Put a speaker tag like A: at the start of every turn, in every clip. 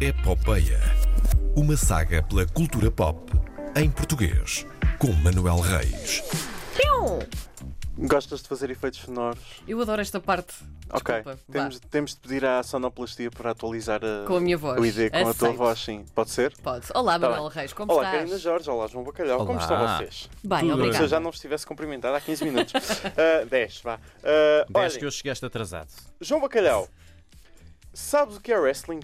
A: Epopeia. Uma saga pela cultura pop em português, com Manuel Reis.
B: Gostas de fazer efeitos sonoros?
C: Eu adoro esta parte.
B: ok.
C: Desculpa, vá.
B: Temos, temos de pedir à sonoplastia para atualizar a,
C: Com a minha voz.
B: o ID com a tua
C: Aceito.
B: voz, sim. Pode ser?
C: Pode. Olá,
B: Tá
C: Manuel
B: bem.
C: Reis, como
B: olá,
C: estás?
B: Karina Jorge, olá, João Bacalhau, como
D: Olá.
B: estão vocês?
C: Bem,
D: Tudo bem.
B: Se eu
C: obrigado.
B: já não vos tivesse cumprimentado há 15 minutos. Ah, 10, vá. Ah,
D: 10
B: olhem,
D: que eu chegaste atrasado.
B: João Bacalhau, sabes o que é wrestling?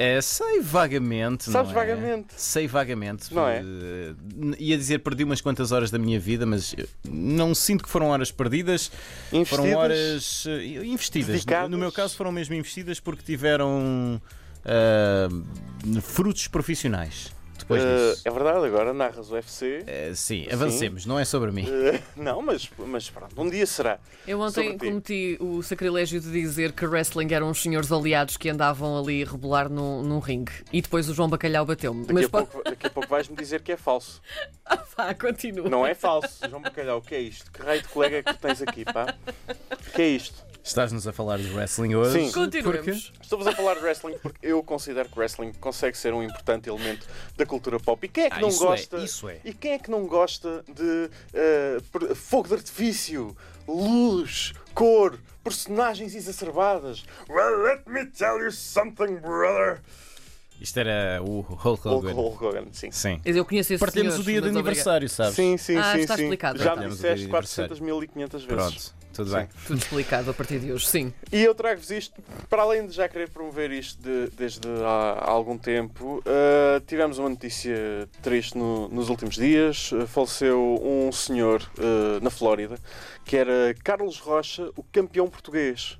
D: É, sei vagamente.
B: Sabes
D: não é?
B: vagamente.
D: Sei vagamente.
B: Não é?
D: Eh, n- ia dizer perdi umas quantas horas da minha vida, mas eh, não sinto que foram horas perdidas.
B: Investidas?
D: Foram horas eh, investidas.
B: Dedicadas?
D: No meu caso foram mesmo investidas porque tiveram ah, frutos profissionais. Depois
B: Ah,
D: disso.
B: é verdade, agora narras o UFC.
D: Eh, sim, avancemos, não é sobre mim.
B: Ah, não, mas, mas pronto, um dia será.
C: Eu
B: Sobre
C: ontem
B: ti.
C: cometi o sacrilégio de dizer que wrestling eram uns senhores aliados que andavam ali a rebolar num, num ringue. E depois o João Bacalhau bateu-me.
B: Daqui,
C: Mas
B: a pouco, daqui a pouco vais-me dizer que é falso.
C: pá, continua.
B: Não é falso, João Bacalhau, o que é isto? Que raio de colega é que tu tens aqui, pá? O que é isto?
D: Estás-nos a falar de wrestling hoje?
B: Sim.
C: Continuemos.
B: Estou-vos a falar de wrestling porque eu considero que wrestling consegue ser um importante elemento da cultura pop. E quem é que
D: Ah,
B: não
D: isso é,
B: gosta?
D: isso é.
B: E quem é que não gosta de eh, per- fogo de artifício, luz, cor, personagens exacerbadas? Well, let me tell you something, brother.
D: Isto era o Hulk
B: Hulk
D: Hogan.
B: Hulk Hogan, sim.
D: Sim.
C: Eu conheço esses
D: Partilhamos
C: senhores,
D: o dia de
C: mas obrigado.
D: aniversário, sabes?
B: Sim, sim,
C: Ah,
B: sim.
C: está
B: sim.
C: explicado.
B: Já me
D: Partilhamos o
B: disseste
D: dia de aniversário.
B: 400.500 vezes.
D: Pronto, tudo bem.
C: Tudo explicado a partir de hoje, sim.
B: E eu trago-vos isto, para além de já querer promover isto de- desde há, há algum tempo, uh, tivemos uma notícia triste no- nos últimos dias. Uh, faleceu um senhor uh, na Flórida, que era Carlos Rocha, o campeão português.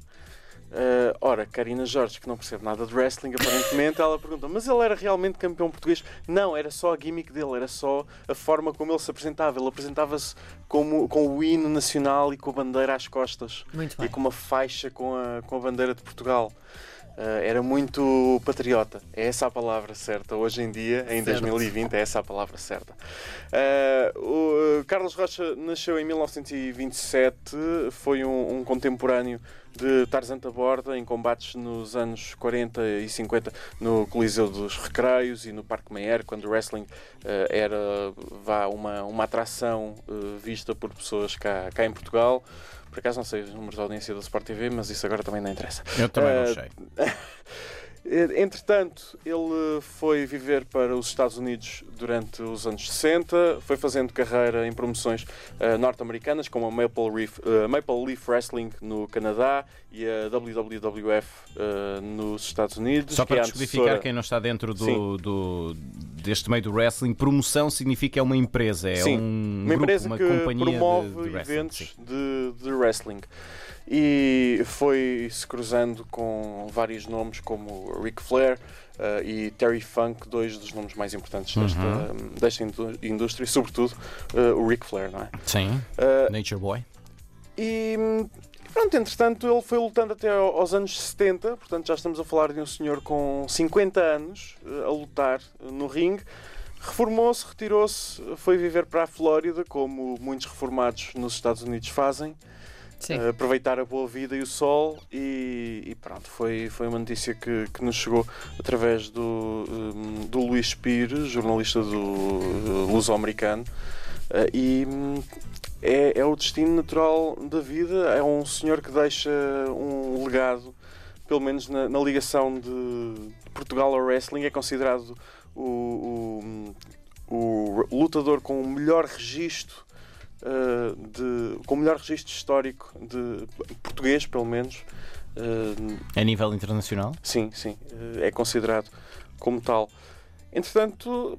B: Uh, ora, Karina Jorge, que não percebe nada de wrestling, aparentemente, ela pergunta: Mas ele era realmente campeão português? Não, era só a gimmick dele, era só a forma como ele se apresentava. Ele apresentava-se como- com o hino nacional e com a bandeira às costas
C: Muito
B: e
C: bem.
B: com uma faixa com a, com a bandeira de Portugal. Ah, era muito patriota, é essa a palavra certa. Hoje em dia, em
C: Certo.
B: 2020, é essa a palavra certa. Ah, o ah, Carlos Rocha nasceu em 1927, foi um, um contemporâneo de Tarzan da Borda em combates nos anos 40 e 50 no Coliseu dos Recreios e no Parque Mayer, quando o wrestling eh, era vá, uma, uma atração eh, vista por pessoas cá, cá em Portugal. Por acaso não sei os números de audiência do Sport TV, mas isso agora também não interessa.
D: Eu também
B: Eh,
D: não sei.
B: Eh, Entretanto, ele foi viver para os Estados Unidos durante os anos 60, foi fazendo carreira em promoções eh, norte-americanas, como a Maple, Reef- eh, Maple Leaf Wrestling no Canadá e a WWF eh, nos Estados Unidos.
D: Só
B: que é
D: para
B: a
D: descodificar
B: antecessora-
D: quem não está dentro
B: Sim.
D: do, do- deste meio do wrestling, promoção significa é uma empresa, é
B: Sim,
D: um
B: uma
D: grupo,
B: empresa
D: uma
B: que
D: companhia de-
B: promove
D: de, wrestling,
B: eventos
D: sim.
B: de, de wrestling e foi se cruzando com vários nomes como Ric Flair eh, e Terry Funk, dois dos nomes mais importantes desta,
D: Uhum.
B: desta indu- indústria, e sobretudo eh, o Ric Flair, não é?
D: Sim,
B: Eh,
D: Nature Boy.
B: e hum, pronto, entretanto, ele foi lutando até ao- aos anos 70, portanto já estamos a falar de um senhor com 50 anos eh, a lutar eh, no ringue. Reformou-se, retirou-se, foi viver para a Flórida, como muitos reformados nos Estados Unidos fazem,
C: Sim.
B: eh, aproveitar a boa vida e o sol. E, e pronto, foi, foi uma notícia que, que nos chegou através do, hum, do Luís Pires, jornalista do eh, Luso-Americano. Eh, e hum, é, é o destino natural da vida. É um senhor que deixa um legado, pelo menos na, na ligação de Portugal ao wrestling. É considerado o, o, o lutador com o melhor registro. eh, de, com o melhor registro histórico de português, pelo menos, eh,
D: A nível internacional?
B: Sim, sim, eh, é considerado como tal. Entretanto,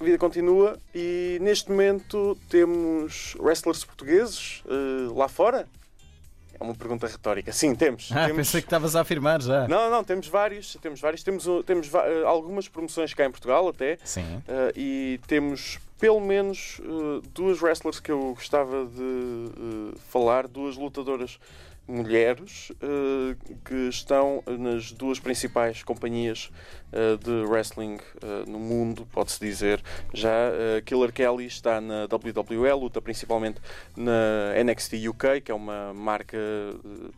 B: a vida continua e neste momento temos wrestlers portugueses eh, lá fora? É uma pergunta retórica. Sim, temos.
D: Ah,
B: temos...
D: pensei que estavas a afirmar já.
B: Não, não, temos vários, temos vários, temos, o- temos va- eh, algumas promoções cá em Portugal até
D: Sim.
B: eh, e temos pelo menos eh, duas wrestlers que eu gostava de eh, falar, duas lutadoras mulheres eh, que estão nas duas principais companhias eh, de wrestling eh, no mundo, pode-se dizer. Já eh, Killer Kelly está na WWE, luta principalmente na NXT UK, que é uma marca eh,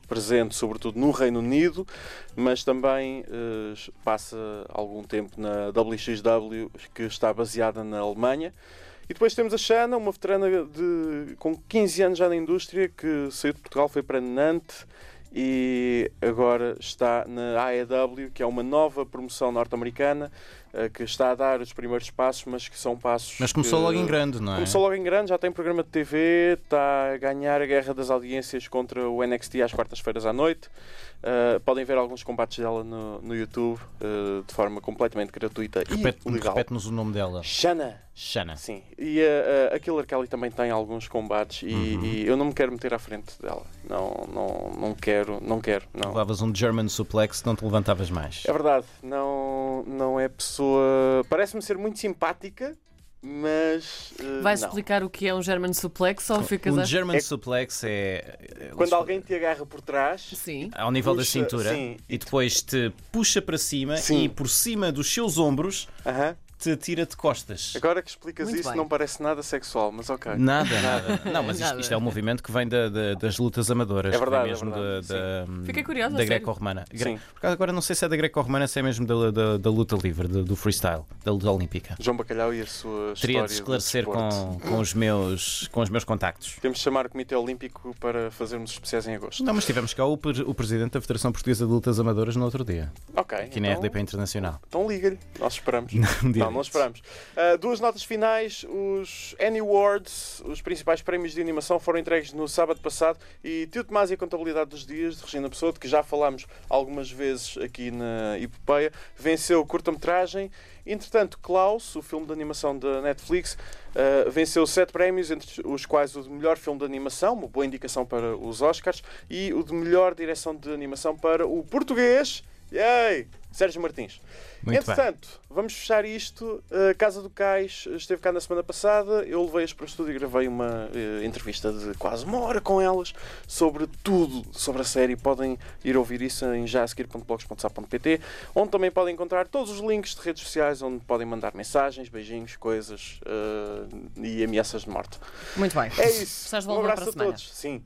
B: presente sobretudo no Reino Unido, mas também eh, passa algum tempo na WXW, que está baseada na Alemanha. E depois temos a Xana, uma veterana de, com 15 anos já na indústria, que saiu de Portugal, foi para Nantes e agora está na AEW, que é uma nova promoção norte-americana, eh, que está a dar os primeiros passos, mas que são passos.
D: Mas começou
B: que-
D: logo em grande, não é?
B: Começou logo em grande, já tem programa de TV, está a ganhar a guerra das audiências contra o NXT às quartas-feiras à noite. Uh, podem ver alguns combates dela no, no YouTube uh, de forma completamente gratuita
D: Repete-
B: e legal.
D: Repete-nos o nome dela.
B: Shana!
D: Shana.
B: Sim, e uh, a, a, a Killer Kelly também tem alguns combates e,
D: Uhum.
B: e eu não me quero meter à frente dela. Não, não, não quero, não quero, não.
D: Levavas um German suplex, não te levantavas mais.
B: É verdade, não, não é pessoa. Parece-me ser muito simpática, mas. uh,
C: Vais
B: não.
C: explicar o que é um German suplex ou ficas
D: Um
C: a...
D: German
B: É-
D: suplex é.
B: Quando alguém te agarra por trás,
C: Sim.
D: Ao nível da
B: puxa,
D: cintura.
B: sim.
D: E depois te puxa para cima
B: Sim.
D: e por cima dos seus ombros
B: Aham.
D: te tira de costas.
B: Agora que explicas
C: Muito
B: isso,
C: bem.
B: não parece nada sexual, mas ok.
D: Nada, nada. Não, mas isto,
C: Nada.
D: isto é um movimento que vem da- da- das lutas amadoras.
B: É
D: que vem
B: verdade, é
D: mesmo
B: verdade,
D: da, da,
C: Fiquei curiosa,
D: Da
C: sério.
D: greco-romana.
B: Sim.
D: Por acaso agora não sei se é da greco-romana, se é mesmo da, da, da luta livre, do, do freestyle, da luta olímpica.
B: João Bacalhau e a sua
D: Teria
B: história
D: de esclarecer
B: do desporto.
D: com, com, os meus, com os meus contactos.
B: Temos de chamar o Comitê Olímpico para fazermos especiais em agosto.
D: Não, mas tivemos cá o, pre- o presidente da Federação Portuguesa de Lutas Amadoras no outro dia,
B: Ok.
D: aqui na
B: então-
D: RDP Internacional.
B: Então liga-lhe, nós esperamos.
D: diga
B: não, não
D: isso.
B: esperamos. Ah, duas notas finais: os Annie Awards, os principais prémios de animação, foram entregues no sábado passado e Tio Tomás e a Contabilidade dos Dias, de Regina Pessoa, de que já falámos algumas vezes aqui na Epopeia, venceu curta-metragem. Entretanto, Klaus, o filme de animação da Netflix, ah, venceu sete prémios, entre os quais o de melhor filme de animação, uma boa indicação para os Oscars, e o de melhor direção de animação para o português. Yay! Sérgio Martins.
D: Muito bem.
B: Entretanto, vamos fechar isto. A Casa do Cais esteve cá na semana passada. Eu levei-as para o estúdio e gravei uma eh, entrevista de quase uma hora com elas sobre tudo sobre a série. Podem ir ouvir isso em jaseguir.blogs.sa.pt, onde também podem encontrar todos os links de redes sociais onde podem mandar mensagens, beijinhos, coisas eh, e ameaças de morte.
C: Muito bem.
B: É isso.
C: Estás de
B: um
C: volta
B: abraço
C: para a
B: a
C: semana.
B: todos. Sim.